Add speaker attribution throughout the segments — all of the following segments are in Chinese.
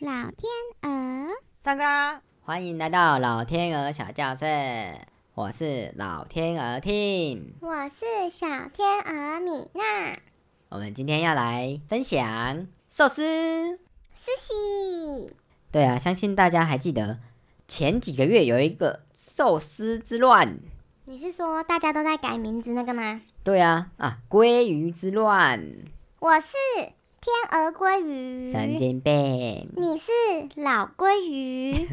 Speaker 1: 老天鹅，
Speaker 2: 上课啦！
Speaker 3: 欢迎来到老天鹅小教室，我是老天鹅 Tim。
Speaker 1: 我是小天鹅米娜，
Speaker 3: 我们今天要来分享寿司。
Speaker 1: 是喜。
Speaker 3: 对啊，相信大家还记得前几个月有一个寿司之乱。
Speaker 1: 你是说大家都在改名字那个吗？
Speaker 3: 对啊，啊，鲑鱼之乱，
Speaker 1: 我是天鹅鲑鱼，
Speaker 3: 神经病，
Speaker 1: 你是老鲑鱼。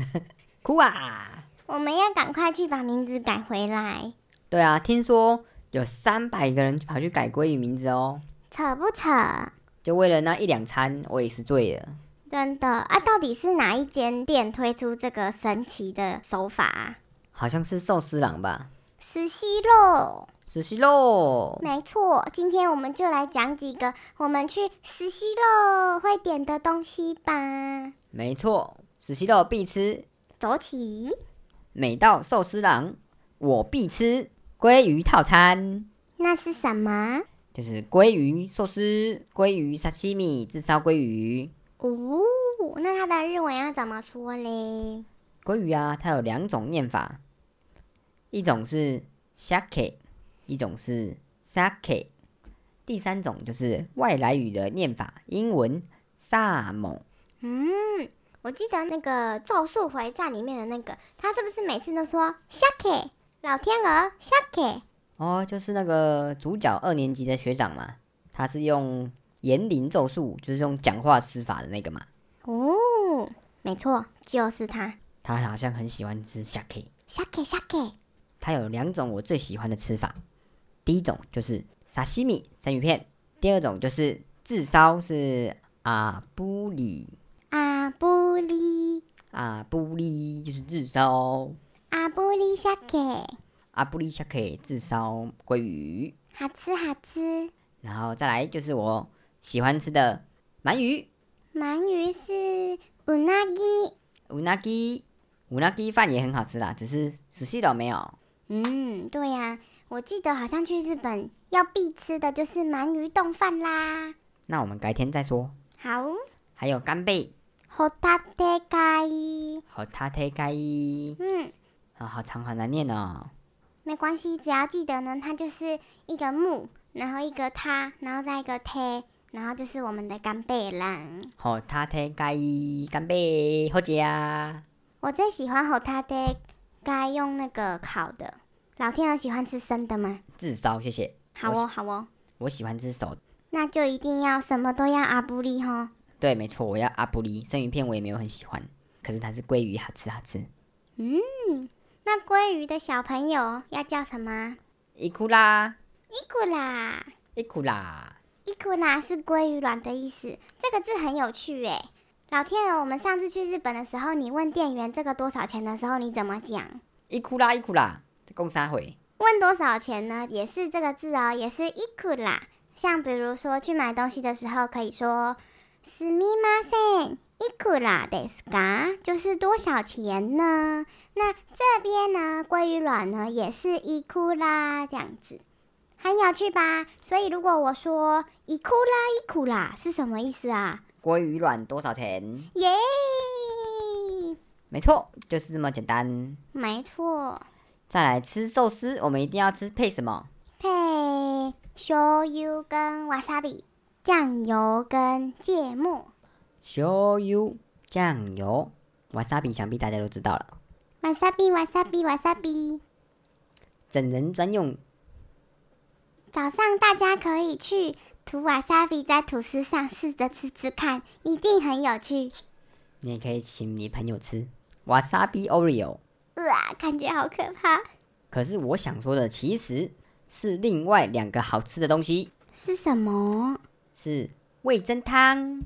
Speaker 3: 哭啊！
Speaker 1: 我们要赶快去把名字改回来，
Speaker 3: 对啊，听说有三百个人跑去改鲑鱼名字哦，
Speaker 1: 扯不扯？
Speaker 3: 就为了那一两餐，我也是醉了。
Speaker 1: 真的啊，到底是哪一间店推出这个神奇的手法、啊？
Speaker 3: 好像是寿司郎吧，
Speaker 1: 实西肉。
Speaker 3: 实习喽。
Speaker 1: 没错，今天我们就来讲几个我们去实习喽会点的东西吧。
Speaker 3: 没错，实习肉必吃，
Speaker 1: 走起！
Speaker 3: 每到寿司郎我必吃鲑鱼套餐，
Speaker 1: 那是什么？
Speaker 3: 就是鲑鱼寿司、鲑鱼沙西米、炙烧鲑鱼。
Speaker 1: 哦，那它的日文要怎么说嘞？
Speaker 3: 鲑鱼啊，它有两种念法，一种是 sake，一种是 sake，第三种就是外来语的念法，英文 sam。
Speaker 1: 嗯，我记得那个《咒术回战》里面的那个，他是不是每次都说 “shake” 老天鹅 “shake”？
Speaker 3: 哦，就是那个主角二年级的学长嘛，他是用言灵咒术，就是用讲话施法的那个嘛。
Speaker 1: 哦，没错，就是它
Speaker 3: 他好像很喜欢吃虾 K。
Speaker 1: “shake shake”。
Speaker 3: 它有两种我最喜欢的吃法，第一种就是沙西米生鱼片，第二种就是炙烧是啊布里
Speaker 1: 阿布里
Speaker 3: 啊布里就是炙烧
Speaker 1: 阿布里 “shake”，
Speaker 3: 啊布里虾 K 炙烧鲑鱼，
Speaker 1: 好吃好吃。
Speaker 3: 然后再来就是我喜欢吃的鳗鱼
Speaker 1: 鳗鱼是 unagi，
Speaker 3: 乌拉基乌拉基饭也很好吃啦，只是熟悉了没有？
Speaker 1: 嗯，对呀、我记得好像去日本要必吃的就是鳗鱼冻饭啦。
Speaker 3: 那我们改天再说。
Speaker 1: 好，
Speaker 3: 还有干贝
Speaker 1: ホタテ貝，
Speaker 3: 和塔特盖伊
Speaker 1: 嗯，
Speaker 3: 啊，好长好难念哦。
Speaker 1: 没关系，只要记得呢，它就是一个木，然后一个它，然后再一个贴，然后就是我们的干贝啦。
Speaker 3: 好，他天该干杯，好姐啊！
Speaker 1: 我最喜欢ホタテ貝用那个烤的，老天鹅喜欢吃生的吗？
Speaker 3: 自烧，谢谢。
Speaker 1: 好哦，好哦，
Speaker 3: 我喜欢吃手，
Speaker 1: 那就一定要什么都要阿布利吼。
Speaker 3: 对，没错，我要阿布里生鱼片，我也没有很喜欢，可是它是鲑鱼，好吃好吃。
Speaker 1: 那鲑鱼的小朋友要叫什么？
Speaker 3: 伊库拉，
Speaker 1: 伊古拉。
Speaker 3: 伊库拉，
Speaker 1: 伊库拉是鲑鱼卵的意思，这个字很有趣诶。老天啊鹅，我们上次去日本的时候，你问店员这个多少钱的时候，你怎么讲？
Speaker 3: 伊库拉，伊库拉，这共三回。
Speaker 1: 问多少钱呢？也是这个字哦，也是伊库拉。像比如说去买东西的时候，可以说“すみません、いくらですか？”就是多少钱呢？那这边呢，鲑鱼卵呢也是伊库拉这样子，很有趣吧？所以如果我说“伊库拉伊库拉”是什么意思啊？
Speaker 3: 鲑鱼卵多少钱？
Speaker 1: 耶！
Speaker 3: 没错，就是这么简单。
Speaker 1: 没错，
Speaker 3: 再来吃寿司，我们一定要吃配什么？
Speaker 1: 配醤油跟 wasabi，酱油跟芥末。
Speaker 3: 醤油、酱油、瓦萨比，想必大家都知道了，
Speaker 1: wasabi wasabi wasabi。
Speaker 3: 整人专用。
Speaker 1: 早上大家可以去涂 wasabi 在吐司上试着吃吃看，一定很有趣。
Speaker 3: 你也可以请你朋友吃瓦萨比 Oreo。
Speaker 1: 哇，呃感觉好可怕！
Speaker 3: 可是我想说的其实是另外两个好吃的东西，
Speaker 1: 是什么？
Speaker 3: 是味噌汤、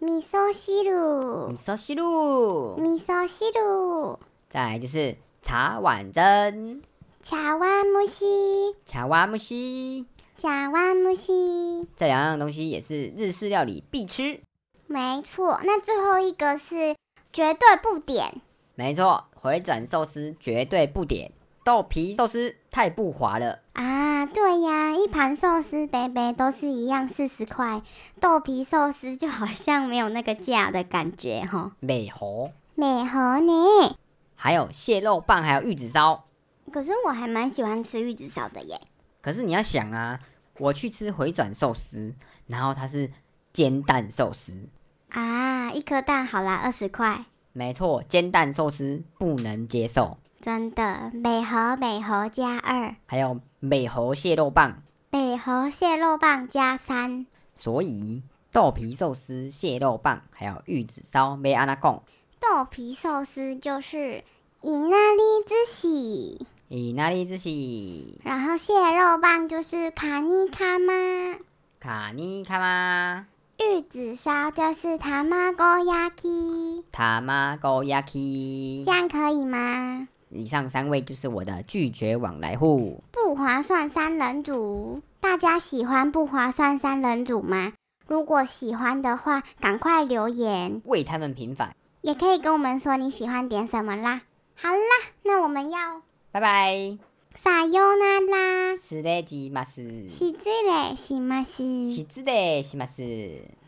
Speaker 1: 米寿西
Speaker 3: 米
Speaker 1: 鲁，
Speaker 3: 寿西露，
Speaker 1: 米寿西鲁，
Speaker 3: 再来就是茶碗蒸、
Speaker 1: 茶碗木西，
Speaker 3: 茶碗木西，
Speaker 1: 茶碗木西。
Speaker 3: 这两样东西也是日式料理必吃。
Speaker 1: 没错，那最后一个是绝对不点，
Speaker 3: 没错，回转寿司绝对不点，豆皮寿司太不划了。
Speaker 1: 啊，对呀，一盘寿司北北都是一样四十块，豆皮寿司就好像没有那个价的感觉哈。
Speaker 3: 美猴，
Speaker 1: 美和呢？
Speaker 3: 还有蟹肉棒，还有玉子烧。
Speaker 1: 可是我还蛮喜欢吃玉子烧的耶。
Speaker 3: 可是你要想啊，我去吃回转寿司，然后它是煎蛋寿司，
Speaker 1: 啊，一颗蛋好啦，二十块，
Speaker 3: 没错，煎蛋寿司不能接受。
Speaker 1: 真的。美和美和加二，
Speaker 3: 还有美猴蟹肉棒，
Speaker 1: 美和蟹肉棒加三。
Speaker 3: 所以豆皮寿司、蟹肉棒，还有玉子烧没啊安娜贡。
Speaker 1: 豆皮寿司就是以那利之喜，
Speaker 3: 以哪里之喜？
Speaker 1: 然后蟹肉棒就是卡尼卡妈，
Speaker 3: 卡尼卡吗？
Speaker 1: 玉子烧就是塔玛锅 yaki，
Speaker 3: 塔玛狗亚
Speaker 1: 这
Speaker 3: i
Speaker 1: 样可以吗？
Speaker 3: 以上三位就是我的拒绝往来户。
Speaker 1: 不划算三人组，大家喜欢不划算三人组吗？如果喜欢的话，赶快留言，
Speaker 3: 为他们平反。
Speaker 1: 也可以跟我们说你喜欢点什么啦。好啦，那我们要
Speaker 3: 拜拜，
Speaker 1: 撒优那啦，
Speaker 3: 斯雷吉马斯，
Speaker 1: 喜之嘞，喜吗
Speaker 3: 喜
Speaker 1: 喜，
Speaker 3: 之的喜马斯，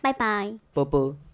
Speaker 1: 拜拜。
Speaker 3: 波波。